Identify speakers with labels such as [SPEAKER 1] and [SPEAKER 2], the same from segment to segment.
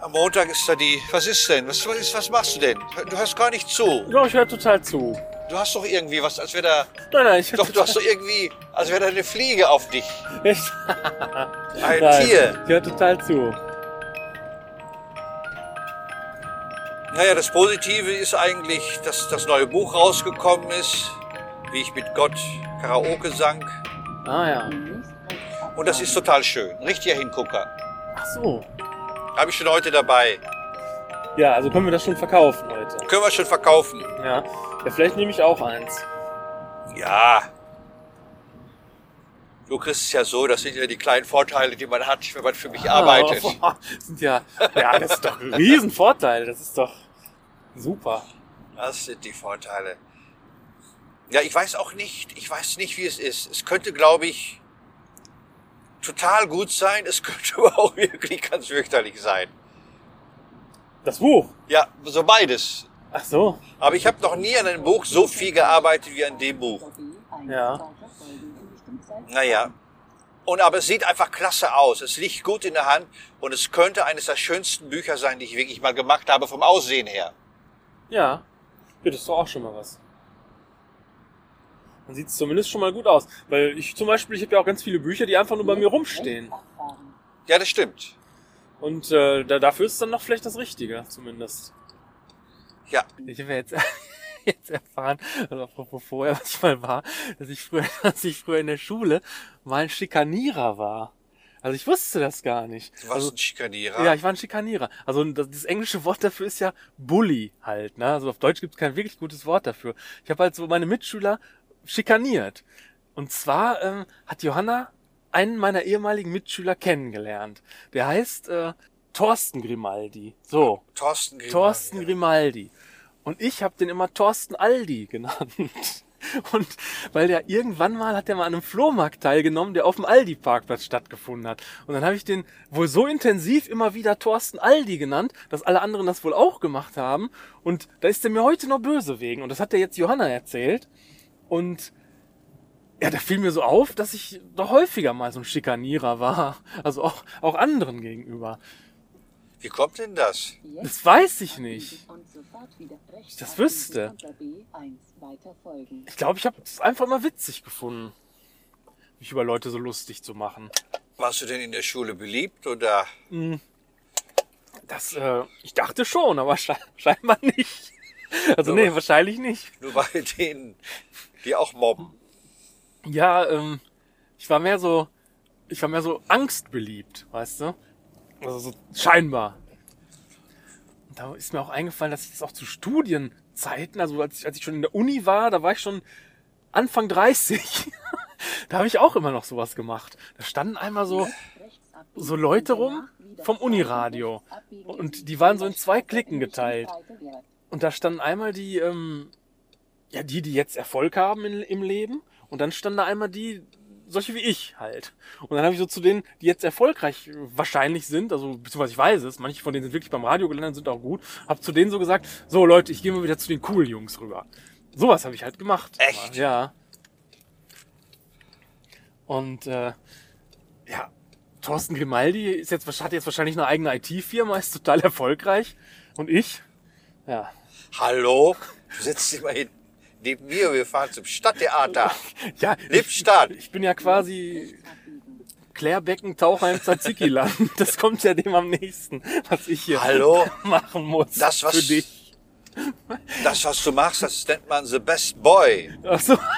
[SPEAKER 1] Am Montag ist da die. Was ist denn? Was, was, ist, was machst du denn? Du hörst gar nicht zu.
[SPEAKER 2] Doch, ich höre total zu.
[SPEAKER 1] Du hast doch irgendwie was, als wäre da.
[SPEAKER 2] Nein, nein, ich höre
[SPEAKER 1] Doch, du
[SPEAKER 2] total
[SPEAKER 1] hast doch irgendwie. Als wäre da eine Fliege auf dich.
[SPEAKER 2] Echt?
[SPEAKER 1] Ein
[SPEAKER 2] Nein,
[SPEAKER 1] Tier.
[SPEAKER 2] Ich höre total zu.
[SPEAKER 1] Naja, das Positive ist eigentlich, dass das neue Buch rausgekommen ist. Wie ich mit Gott Karaoke sang.
[SPEAKER 2] Ah ja.
[SPEAKER 1] Und das ist total schön. Richtiger Hingucker.
[SPEAKER 2] Ach so.
[SPEAKER 1] Habe ich schon heute dabei.
[SPEAKER 2] Ja, also können wir das schon verkaufen heute.
[SPEAKER 1] Können wir schon verkaufen.
[SPEAKER 2] Ja. Ja, vielleicht nehme ich auch eins.
[SPEAKER 1] Ja. Du kriegst es ja so, das sind ja die kleinen Vorteile, die man hat, wenn man für mich arbeitet.
[SPEAKER 2] Ah, boah, sind ja, ja, das ist doch ein Riesenvorteil. Das ist doch super.
[SPEAKER 1] Das sind die Vorteile. Ja, ich weiß auch nicht, ich weiß nicht, wie es ist. Es könnte, glaube ich, total gut sein, es könnte aber auch wirklich ganz fürchterlich sein.
[SPEAKER 2] Das Buch.
[SPEAKER 1] Ja, so beides.
[SPEAKER 2] Ach so.
[SPEAKER 1] Aber ich habe noch nie an einem Buch so viel gearbeitet wie an dem Buch.
[SPEAKER 2] Ja.
[SPEAKER 1] Naja. Und aber es sieht einfach klasse aus. Es liegt gut in der Hand und es könnte eines der schönsten Bücher sein, die ich wirklich mal gemacht habe, vom Aussehen her.
[SPEAKER 2] Ja. Ja, das ist doch auch schon mal was. Dann sieht es zumindest schon mal gut aus. Weil ich zum Beispiel, ich habe ja auch ganz viele Bücher, die einfach nur bei mir rumstehen.
[SPEAKER 1] Ja, das stimmt.
[SPEAKER 2] Und äh, da, dafür ist dann noch vielleicht das Richtige, zumindest.
[SPEAKER 1] Ja.
[SPEAKER 3] Ich habe ja jetzt, jetzt erfahren, also apropos vorher, was ich mal war, dass ich früher, dass ich früher in der Schule mal ein Schikanierer war. Also ich wusste das gar nicht.
[SPEAKER 1] Du warst
[SPEAKER 3] also,
[SPEAKER 1] ein Schikanierer.
[SPEAKER 3] ja, ich war ein Schikanierer. Also das, das englische Wort dafür ist ja Bully halt. Ne? Also auf Deutsch gibt es kein wirklich gutes Wort dafür. Ich habe halt so meine Mitschüler schikaniert. Und zwar ähm, hat Johanna einen meiner ehemaligen Mitschüler kennengelernt. Der heißt äh, Thorsten Grimaldi. So.
[SPEAKER 1] Thorsten Grimaldi.
[SPEAKER 3] Thorsten Grimaldi. Und ich habe den immer Thorsten Aldi genannt. Und weil der irgendwann mal hat der mal an einem Flohmarkt teilgenommen, der auf dem Aldi-Parkplatz stattgefunden hat. Und dann habe ich den wohl so intensiv immer wieder Thorsten Aldi genannt, dass alle anderen das wohl auch gemacht haben. Und da ist er mir heute noch böse wegen. Und das hat er jetzt Johanna erzählt. Und ja, da fiel mir so auf, dass ich doch häufiger mal so ein Schikanierer war. Also auch, auch anderen gegenüber.
[SPEAKER 1] Wie kommt denn das?
[SPEAKER 3] Das weiß ich nicht.
[SPEAKER 4] Ich das wüsste.
[SPEAKER 3] Ich glaube, ich habe es einfach immer witzig gefunden, mich über Leute so lustig zu machen.
[SPEAKER 1] Warst du denn in der Schule beliebt oder?
[SPEAKER 3] Das, äh, ich dachte schon, aber sche scheinbar nicht. Also nee, wahrscheinlich nicht.
[SPEAKER 1] Nur bei denen, die auch mobben.
[SPEAKER 3] Ja, ähm, ich war mehr so, ich war mehr so angstbeliebt, weißt du? Also so scheinbar. Und da ist mir auch eingefallen, dass ich das auch zu Studienzeiten, also als ich, als ich schon in der Uni war, da war ich schon Anfang 30. da habe ich auch immer noch sowas gemacht. Da standen einmal so,
[SPEAKER 4] So Leute rum vom Uniradio. Und die waren so in zwei Klicken geteilt.
[SPEAKER 3] Und da standen einmal die, ähm, ja, die, die jetzt Erfolg haben in, im Leben. Und dann standen da einmal die, solche wie ich halt. Und dann habe ich so zu denen, die jetzt erfolgreich äh, wahrscheinlich sind, also beziehungsweise ich weiß es, manche von denen sind wirklich beim Radio gelandet, sind auch gut, habe zu denen so gesagt, so Leute, ich gehe mal wieder zu den coolen Jungs rüber. Sowas habe ich halt gemacht.
[SPEAKER 1] Echt?
[SPEAKER 3] Ja. Und äh, ja, Thorsten Grimaldi ist jetzt, hat jetzt wahrscheinlich eine eigene IT-Firma, ist total erfolgreich. Und ich? Ja.
[SPEAKER 1] Hallo? Du sitzt immerhin neben mir, wir fahren zum Stadttheater.
[SPEAKER 3] Ja, ich,
[SPEAKER 1] Lippstadt.
[SPEAKER 3] ich bin ja quasi Klärbecken, Tauchheim, Tzatziki-Land. Das kommt ja dem am nächsten, was ich hier
[SPEAKER 1] Hallo?
[SPEAKER 3] machen muss.
[SPEAKER 1] Das, was-
[SPEAKER 3] Für dich.
[SPEAKER 1] Das, was du machst, das nennt man The Best Boy.
[SPEAKER 3] Ach so.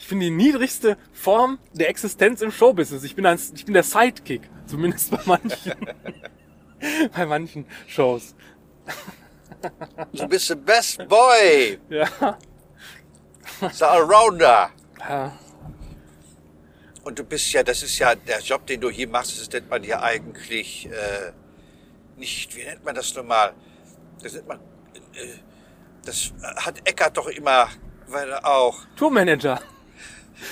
[SPEAKER 3] Ich bin die niedrigste Form der Existenz im Showbusiness. Ich bin, ein, ich bin der Sidekick. Zumindest bei manchen. bei manchen Shows.
[SPEAKER 1] Du bist The Best Boy.
[SPEAKER 3] Ja.
[SPEAKER 1] The Allrounder.
[SPEAKER 3] Ja.
[SPEAKER 1] Und du bist ja, das ist ja der Job, den du hier machst, das nennt man ja eigentlich äh, nicht, wie nennt man das nochmal? Das nennt man, äh, das hat Eckart doch immer, weil er auch
[SPEAKER 3] Tourmanager.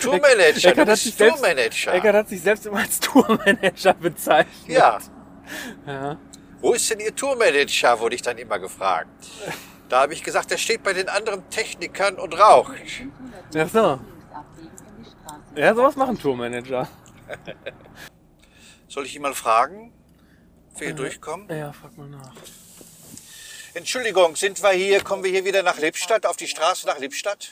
[SPEAKER 1] Tourmanager, du
[SPEAKER 3] Eckert hat,
[SPEAKER 1] bist
[SPEAKER 3] sich selbst,
[SPEAKER 1] Tourmanager.
[SPEAKER 3] Eckert hat sich selbst immer als Tourmanager bezeichnet.
[SPEAKER 1] Ja.
[SPEAKER 3] ja.
[SPEAKER 1] Wo ist denn Ihr Tourmanager, wurde ich dann immer gefragt. Da habe ich gesagt, der steht bei den anderen Technikern und raucht.
[SPEAKER 3] Ach so. Ja, sowas machen Tourmanager.
[SPEAKER 1] Soll ich ihn mal fragen? wir
[SPEAKER 3] Mhm.
[SPEAKER 1] hier durchkommen?
[SPEAKER 3] Ja, frag mal nach.
[SPEAKER 1] Entschuldigung, sind wir hier, kommen wir hier wieder nach Lippstadt, auf die Straße nach Lippstadt?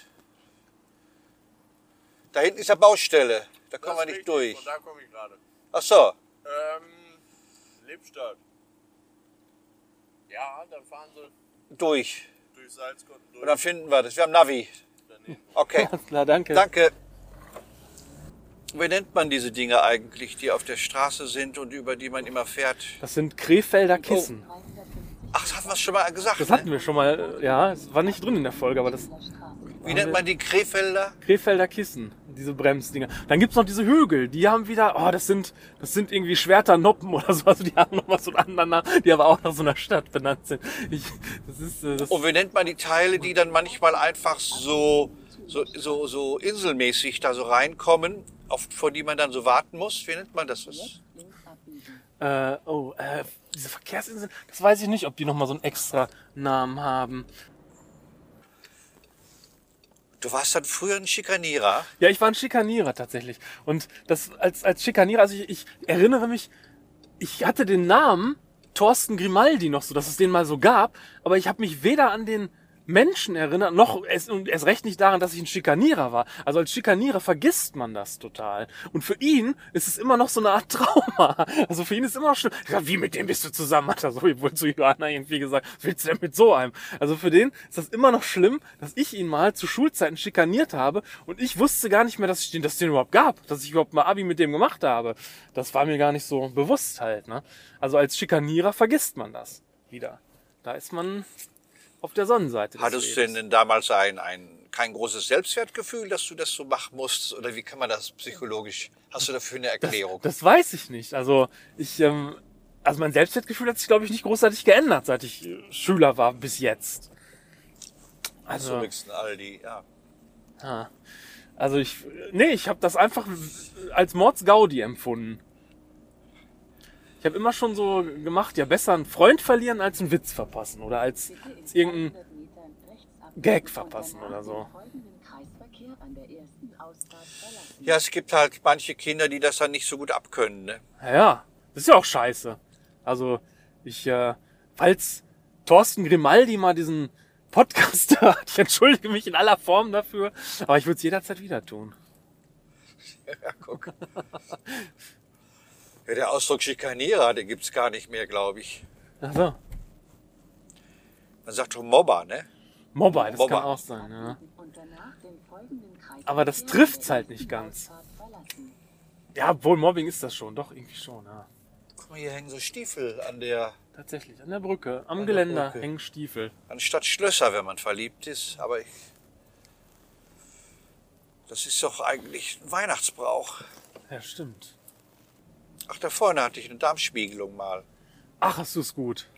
[SPEAKER 1] Da hinten ist ja Baustelle, da kommen wir nicht durch.
[SPEAKER 5] Von da komme ich gerade.
[SPEAKER 1] Ach so,
[SPEAKER 5] Ähm, Lippstadt. Ja, dann fahren sie
[SPEAKER 1] durch.
[SPEAKER 5] durch Salzkotten durch.
[SPEAKER 1] Und dann finden wir das. Wir haben Navi. Okay,
[SPEAKER 3] Na, danke.
[SPEAKER 1] danke. Wie nennt man diese Dinge eigentlich, die auf der Straße sind und über die man immer fährt?
[SPEAKER 3] Das sind Krefelder Kissen.
[SPEAKER 1] Ach, das hatten wir schon mal gesagt.
[SPEAKER 3] Oh, Das
[SPEAKER 1] ne?
[SPEAKER 3] hatten wir schon mal. äh, Ja, es war nicht drin in der Folge, aber das
[SPEAKER 1] Wie nennt man die Krefelder?
[SPEAKER 3] Krefelder Kissen, diese Bremsdinger. Dann gibt's noch diese Hügel, die haben wieder, oh, das sind, das sind irgendwie Schwerternoppen oder so, also die haben nochmal so einen anderen Namen, die aber auch nach so einer Stadt benannt sind. Ich, das ist, äh, das,
[SPEAKER 1] Und wie nennt man die Teile, die dann manchmal einfach so, so, so, so inselmäßig da so reinkommen, auf, vor die man dann so warten muss? Wie nennt man das? das?
[SPEAKER 3] äh, oh, äh, diese Verkehrsinseln, das weiß ich nicht, ob die nochmal so einen extra Namen haben.
[SPEAKER 1] Du warst dann früher ein Schikanierer.
[SPEAKER 3] Ja, ich war ein Schikanierer tatsächlich. Und das als, als Schikanierer, also ich, ich erinnere mich, ich hatte den Namen Thorsten Grimaldi noch so, dass es den mal so gab, aber ich habe mich weder an den Menschen erinnert, noch es, und erst recht nicht daran, dass ich ein Schikanierer war. Also als Schikanierer vergisst man das total. Und für ihn ist es immer noch so eine Art Trauma. Also für ihn ist immer noch schlimm. Ja, wie mit dem bist du zusammen? Hat er so wohl zu Johanna irgendwie gesagt. Was willst du denn mit so einem? Also für den ist das immer noch schlimm, dass ich ihn mal zu Schulzeiten schikaniert habe und ich wusste gar nicht mehr, dass ich den, dass es den überhaupt gab, dass ich überhaupt mal Abi mit dem gemacht habe. Das war mir gar nicht so bewusst halt. Ne? Also als Schikanierer vergisst man das wieder. Da ist man auf der Sonnenseite. des
[SPEAKER 1] Hattest du
[SPEAKER 3] Lebens.
[SPEAKER 1] denn damals ein, ein, kein großes Selbstwertgefühl, dass du das so machen musst? Oder wie kann man das psychologisch? Hast du dafür eine Erklärung?
[SPEAKER 3] Das weiß ich nicht. Also ich, ähm, also mein Selbstwertgefühl hat sich, glaube ich, nicht großartig geändert, seit ich äh, Schüler war bis jetzt. Also,
[SPEAKER 1] Zunächst all die, ja.
[SPEAKER 3] ah. also ich, nee, ich habe das einfach als Mordsgaudi empfunden. Ich habe immer schon so gemacht, ja besser einen Freund verlieren als einen Witz verpassen oder als, als irgendein
[SPEAKER 4] Gag verpassen oder so.
[SPEAKER 1] Ja, es gibt halt manche Kinder, die das dann nicht so gut abkönnen. Ne?
[SPEAKER 3] Ja, ja, das ist ja auch scheiße. Also, ich, äh, falls Thorsten Grimaldi mal diesen Podcast hört, ich entschuldige mich in aller Form dafür, aber ich würde es jederzeit wieder tun.
[SPEAKER 1] Ja, guck. Ja, der Ausdruck Schikanierer, den gibt's gar nicht mehr, glaube ich.
[SPEAKER 3] Also,
[SPEAKER 1] Man sagt doch Mobber, ne?
[SPEAKER 3] Mobile, das
[SPEAKER 1] Mobber.
[SPEAKER 3] kann auch sein, ja. Aber das trifft's halt nicht ganz. Ja, wohl Mobbing ist das schon, doch, irgendwie schon, ja.
[SPEAKER 1] Guck mal, hier hängen so Stiefel an der,
[SPEAKER 3] Tatsächlich, an der Brücke, am
[SPEAKER 1] der
[SPEAKER 3] Geländer
[SPEAKER 1] Brücke.
[SPEAKER 3] hängen Stiefel.
[SPEAKER 1] anstatt Schlösser, wenn man verliebt ist. Aber ich, das ist doch eigentlich ein Weihnachtsbrauch.
[SPEAKER 3] Ja, stimmt.
[SPEAKER 1] Ach, da vorne hatte ich eine Darmspiegelung mal.
[SPEAKER 3] Ach, hast du's gut.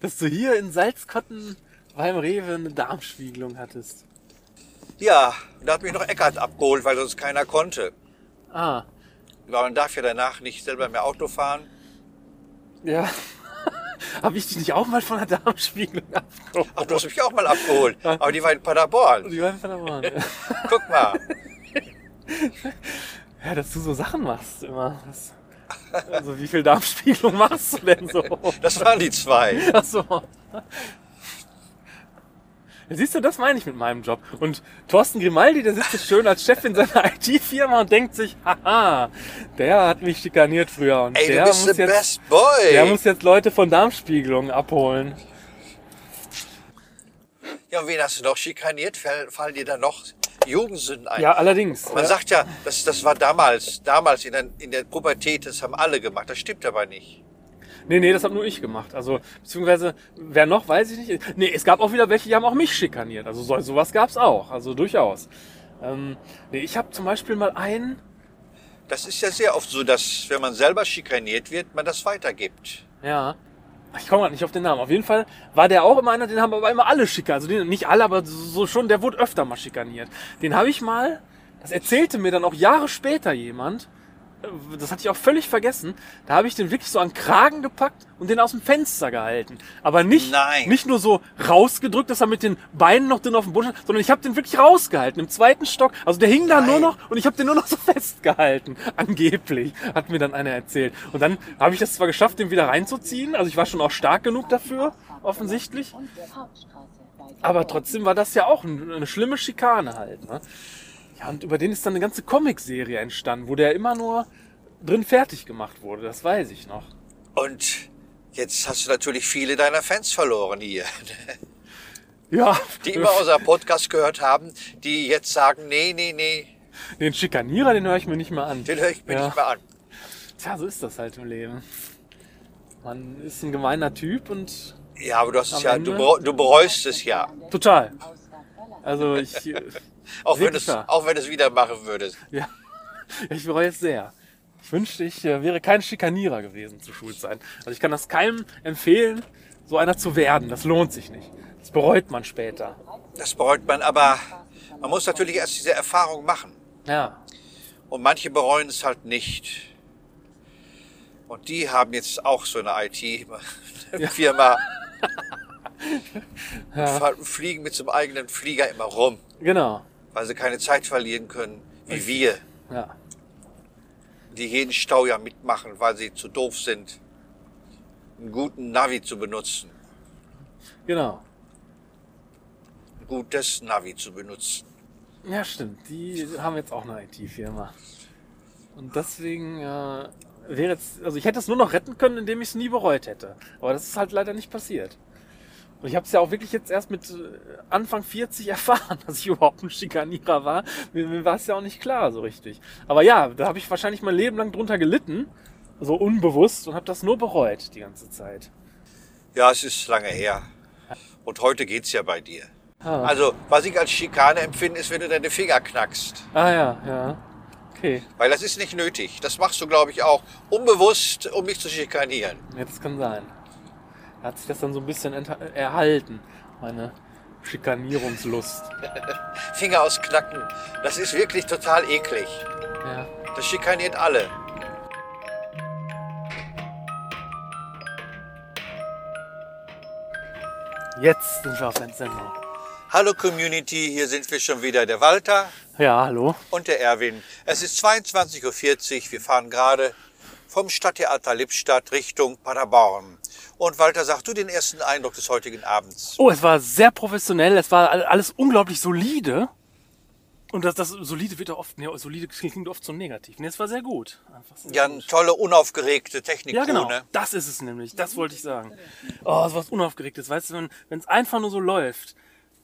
[SPEAKER 3] Dass du hier in Salzkotten beim Rewe eine Darmspiegelung hattest.
[SPEAKER 1] Ja, und da hat mich noch Eckart abgeholt, weil sonst keiner konnte.
[SPEAKER 3] Ah,
[SPEAKER 1] Weil man darf ja danach nicht selber mehr Auto fahren.
[SPEAKER 3] Ja. Habe ich dich nicht auch mal von der Darmspiegelung abgeholt?
[SPEAKER 1] Ach, du hast mich auch mal abgeholt. Aber die war in Paderborn.
[SPEAKER 3] Die waren verloren.
[SPEAKER 1] Guck mal.
[SPEAKER 3] Ja, dass du so Sachen machst immer. Das, also wie viel Darmspiegelung machst du denn so?
[SPEAKER 1] Das waren die zwei.
[SPEAKER 3] Ach so. Ja, Siehst du, das meine ich mit meinem Job. Und Thorsten Grimaldi, der sitzt jetzt schön als Chef in seiner IT-Firma und denkt sich, haha, der hat mich schikaniert früher und
[SPEAKER 1] Ey,
[SPEAKER 3] der,
[SPEAKER 1] du bist
[SPEAKER 3] muss
[SPEAKER 1] the
[SPEAKER 3] jetzt,
[SPEAKER 1] best boy.
[SPEAKER 3] der muss jetzt Leute von Darmspiegelungen abholen.
[SPEAKER 1] ja, und wen hast du noch schikaniert? Fall- Fallen dir da noch Jugendsünden ein?
[SPEAKER 3] Ja, allerdings.
[SPEAKER 1] Man sagt ja, das, das war damals, damals in der, in der Pubertät, das haben alle gemacht. Das stimmt aber nicht.
[SPEAKER 3] Nee, nee, das habe nur ich gemacht. Also, beziehungsweise, wer noch, weiß ich nicht. Nee, es gab auch wieder welche, die haben auch mich schikaniert. Also, so, sowas gab's auch. Also, durchaus. Ähm, nee, ich habe zum Beispiel mal einen.
[SPEAKER 1] Das ist ja sehr oft so, dass wenn man selber schikaniert wird, man das weitergibt.
[SPEAKER 3] Ja. Ich komme gerade nicht auf den Namen. Auf jeden Fall war der auch immer einer, den haben aber immer alle schikaniert. Also den, nicht alle, aber so schon, der wurde öfter mal schikaniert. Den habe ich mal, das erzählte mir dann auch Jahre später jemand, äh, das hatte ich auch völlig vergessen, da habe ich den wirklich so an den Kragen gepackt und den aus dem Fenster gehalten. Aber nicht,
[SPEAKER 1] Nein.
[SPEAKER 3] nicht nur so rausgedrückt, dass er mit den Beinen noch drin auf dem Boden stand, sondern ich habe den wirklich rausgehalten im zweiten Stock. Also der hing da nur
[SPEAKER 1] Nein.
[SPEAKER 3] noch und ich habe den nur noch so festgehalten. Angeblich, hat mir dann einer erzählt. Und dann habe ich das zwar geschafft, den wieder reinzuziehen, also ich war schon auch stark genug dafür, offensichtlich. Aber trotzdem war das ja auch ein- eine schlimme Schikane halt. Ne? Ja, und über den ist dann eine ganze Comicserie entstanden, wo der immer nur drin fertig gemacht wurde, das weiß ich noch.
[SPEAKER 1] Und jetzt hast du natürlich viele deiner Fans verloren hier,
[SPEAKER 3] Ja,
[SPEAKER 1] die immer unser Podcast gehört haben, die jetzt sagen, nee, nee, nee,
[SPEAKER 3] den Schikanierer, den höre ich mir nicht mehr an.
[SPEAKER 1] den höre ich mir
[SPEAKER 3] Ja.
[SPEAKER 1] nicht mehr an.
[SPEAKER 3] Tja, so ist das halt im Leben. Man ist ein gemeiner Typ und
[SPEAKER 1] Ja, aber du hast es
[SPEAKER 3] Am
[SPEAKER 1] ja,
[SPEAKER 3] Ende-
[SPEAKER 1] du, bere- du bereust es ja.
[SPEAKER 3] total. Also ich, äh,
[SPEAKER 1] Auch wenn, es,
[SPEAKER 3] Wirklich wahr.
[SPEAKER 1] auch wenn du es wieder machen würdest.
[SPEAKER 3] ja, ich bereue es sehr. Ich wünschte, ich äh, wäre kein Schikanierer gewesen zu Schulzeiten. Also ich kann das keinem empfehlen, so einer zu werden. Das lohnt sich nicht. Das bereut man später.
[SPEAKER 1] Das bereut man, aber man muss natürlich erst diese Erfahrung machen.
[SPEAKER 3] Ja,
[SPEAKER 1] Und manche bereuen es halt nicht. Und die haben jetzt auch so eine IT-Firma. Und fahr- fliegen mit so einem eigenen Flieger immer rum,
[SPEAKER 3] genau.
[SPEAKER 1] weil sie keine Zeit verlieren können, wie wir,
[SPEAKER 3] Ja.
[SPEAKER 1] die jeden Stau ja mitmachen, weil sie zu doof sind, einen guten Navi zu benutzen,
[SPEAKER 3] Genau.
[SPEAKER 1] ein gutes Navi zu benutzen.
[SPEAKER 3] Ja, stimmt. Die haben jetzt auch eine IT-Firma. Und deswegen äh, wäre jetzt, also ich hätte es nur noch retten können, indem ich es nie bereut hätte. Aber das ist halt leider nicht passiert. Und ich habe es ja auch wirklich jetzt erst mit äh, Anfang 40 erfahren, dass ich überhaupt ein Schikanierer war. Mir, mir war es ja auch nicht klar so richtig. Aber ja, da habe ich wahrscheinlich mein Leben lang drunter gelitten, so unbewusst und habe das nur bereut die ganze Zeit.
[SPEAKER 1] Ja, es ist lange her. Und heute geht's ja bei dir.
[SPEAKER 3] Ah,
[SPEAKER 1] Also, was ich als Schikane empfinde, ist, wenn du deine Finger knackst.
[SPEAKER 3] ah ja, ja. Okay,
[SPEAKER 1] Weil das ist nicht nötig. Das machst du, glaube ich, auch unbewusst, um mich zu schikanieren.
[SPEAKER 3] Ja, das kann sein. Da hat sich das dann so ein bisschen entha- erhalten, meine Schikanierungslust.
[SPEAKER 1] Finger ausknacken, das ist wirklich total eklig.
[SPEAKER 3] Ja.
[SPEAKER 1] Das schikaniert alle.
[SPEAKER 3] Jetzt sind wir auf Entsendung.
[SPEAKER 1] Hallo Community, hier sind wir schon wieder, der Walter
[SPEAKER 3] Ja, hallo.
[SPEAKER 1] und der Erwin. Es ist 22.40 Uhr, wir fahren gerade vom Stadttheater Lippstadt Richtung Paderborn. Und Walter, sag du den ersten Eindruck des heutigen Abends?
[SPEAKER 3] Oh, es war sehr professionell, es war all- alles unglaublich solide. Und das, das solide wird ja oft, ne, solide klingt oft so negativ. Ne, es war sehr gut. Einfach sehr
[SPEAKER 1] Ja,
[SPEAKER 3] gut.
[SPEAKER 1] eine tolle, unaufgeregte Technik.
[SPEAKER 3] Ja, genau.
[SPEAKER 1] ne?
[SPEAKER 3] Das ist es nämlich. Das wollte ich sagen. Oh, so was Unaufgeregtes. Weißt du, wenn es einfach nur so läuft.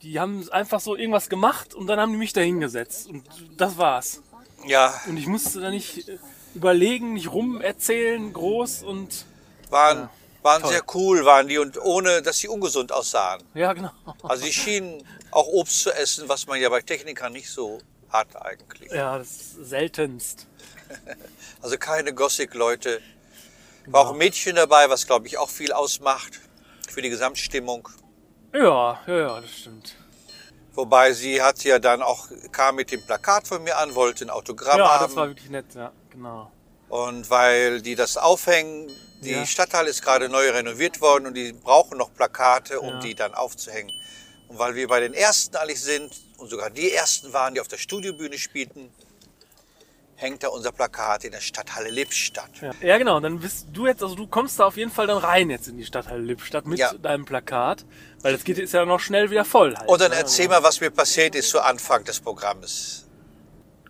[SPEAKER 3] Die haben einfach so irgendwas gemacht und dann haben die mich da hingesetzt. Und das war's.
[SPEAKER 1] ja
[SPEAKER 3] Und ich musste da nicht äh, überlegen, nicht rumerzählen, groß und.
[SPEAKER 1] waren, waren sehr cool, waren die und ohne, dass sie ungesund aussahen.
[SPEAKER 3] Ja, genau.
[SPEAKER 1] Also sie schienen auch Obst zu essen, was man ja bei Technikern nicht so hat eigentlich.
[SPEAKER 3] Ja, das ist seltenst.
[SPEAKER 1] Also keine Gothic-Leute. War auch ein Mädchen dabei, was glaube ich auch viel ausmacht für die Gesamtstimmung.
[SPEAKER 3] Ja, ja, ja, das stimmt.
[SPEAKER 1] Wobei sie hat ja dann auch, kam mit dem Plakat von mir an, wollte ein Autogramm
[SPEAKER 3] Ja, das war
[SPEAKER 1] haben.
[SPEAKER 3] wirklich nett, ja, genau.
[SPEAKER 1] Und weil die das aufhängen, die
[SPEAKER 3] Ja.
[SPEAKER 1] Stadthalle ist gerade neu renoviert worden und die brauchen noch Plakate, um die dann aufzuhängen. Und weil wir bei den Ersten eigentlich sind und sogar die Ersten waren, die auf der Studiobühne spielten, hängt da unser Plakat in der Stadthalle Lippstadt.
[SPEAKER 3] Ja. ja, genau. Dann bist du jetzt, also du kommst da auf jeden Fall dann rein jetzt in die Stadthalle Lippstadt mit
[SPEAKER 1] Ja.
[SPEAKER 3] deinem Plakat. Weil das geht, ist ja noch schnell wieder voll halt.
[SPEAKER 1] Und dann
[SPEAKER 3] ne?
[SPEAKER 1] erzähl mal, was mir passiert ist zu Anfang des Programmes.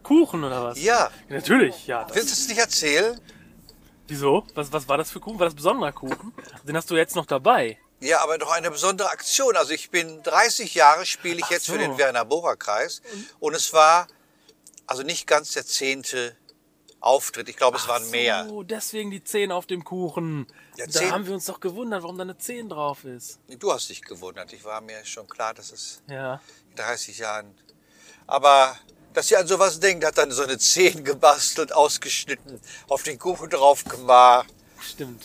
[SPEAKER 3] Kuchen oder was?
[SPEAKER 1] Ja,
[SPEAKER 3] Natürlich, ja. Das,
[SPEAKER 1] willst du es nicht erzählen?
[SPEAKER 3] wieso? Was, was war das für Kuchen? War das besonderer Kuchen? Den hast du jetzt noch dabei.
[SPEAKER 1] Ja, aber noch eine besondere Aktion. Also ich bin 30 Jahre spiele ich jetzt
[SPEAKER 3] so.
[SPEAKER 1] für den Werner Bohrer Kreis und es war also nicht ganz der zehnte Auftritt. Ich glaube, es waren mehr.
[SPEAKER 3] So, deswegen die 10 auf dem Kuchen.
[SPEAKER 1] Ja,
[SPEAKER 3] da
[SPEAKER 1] 10.
[SPEAKER 3] haben wir uns doch gewundert, warum da eine 10 drauf ist.
[SPEAKER 1] Du hast dich gewundert. Ich war mir schon klar, dass es
[SPEAKER 3] Ja.
[SPEAKER 1] in 30 Jahren. Aber dass sie an sowas denkt, hat dann so eine 10 gebastelt, ausgeschnitten, auf den Kuchen drauf gemacht.
[SPEAKER 3] Stimmt.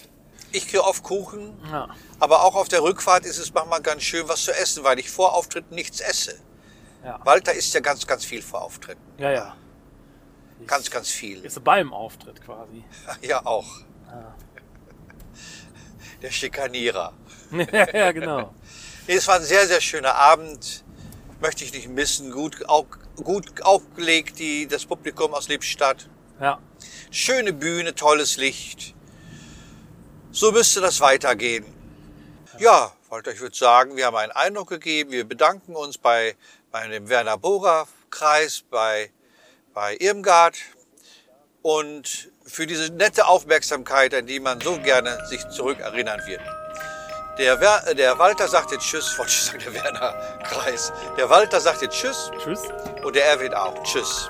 [SPEAKER 1] Ich kriege oft Kuchen,
[SPEAKER 3] Ja.
[SPEAKER 1] aber auch auf der Rückfahrt ist es manchmal ganz schön, was zu essen, weil ich vor Auftritten nichts esse.
[SPEAKER 3] Ja.
[SPEAKER 1] Walter isst ja ganz, ganz viel vor Auftritten.
[SPEAKER 3] Ja, ja.
[SPEAKER 1] Ganz, ganz viel.
[SPEAKER 3] Ist beim Auftritt quasi.
[SPEAKER 1] Ja, auch. Der Schikanierer.
[SPEAKER 3] ja, genau.
[SPEAKER 1] Nee, es war ein sehr, sehr schöner Abend. Möchte ich nicht missen. Gut, au gut aufgelegt, die, das Publikum aus Lippstadt.
[SPEAKER 3] Ja.
[SPEAKER 1] Schöne Bühne, tolles Licht. So müsste das weitergehen. Ja, Walter, ich würde sagen, wir haben einen Eindruck gegeben. Wir bedanken uns bei, bei dem Werner Bohrer Kreis, bei, bei Irmgard und für diese nette Aufmerksamkeit, an die man so gerne sich zurückerinnern wird. Der, Wer äh, der Walter sagt jetzt Tschüss, wollte ich sagen, der Werner Kreis. Der Walter sagt jetzt Tschüss
[SPEAKER 3] Tschüss.
[SPEAKER 1] und der Erwin auch. Tschüss.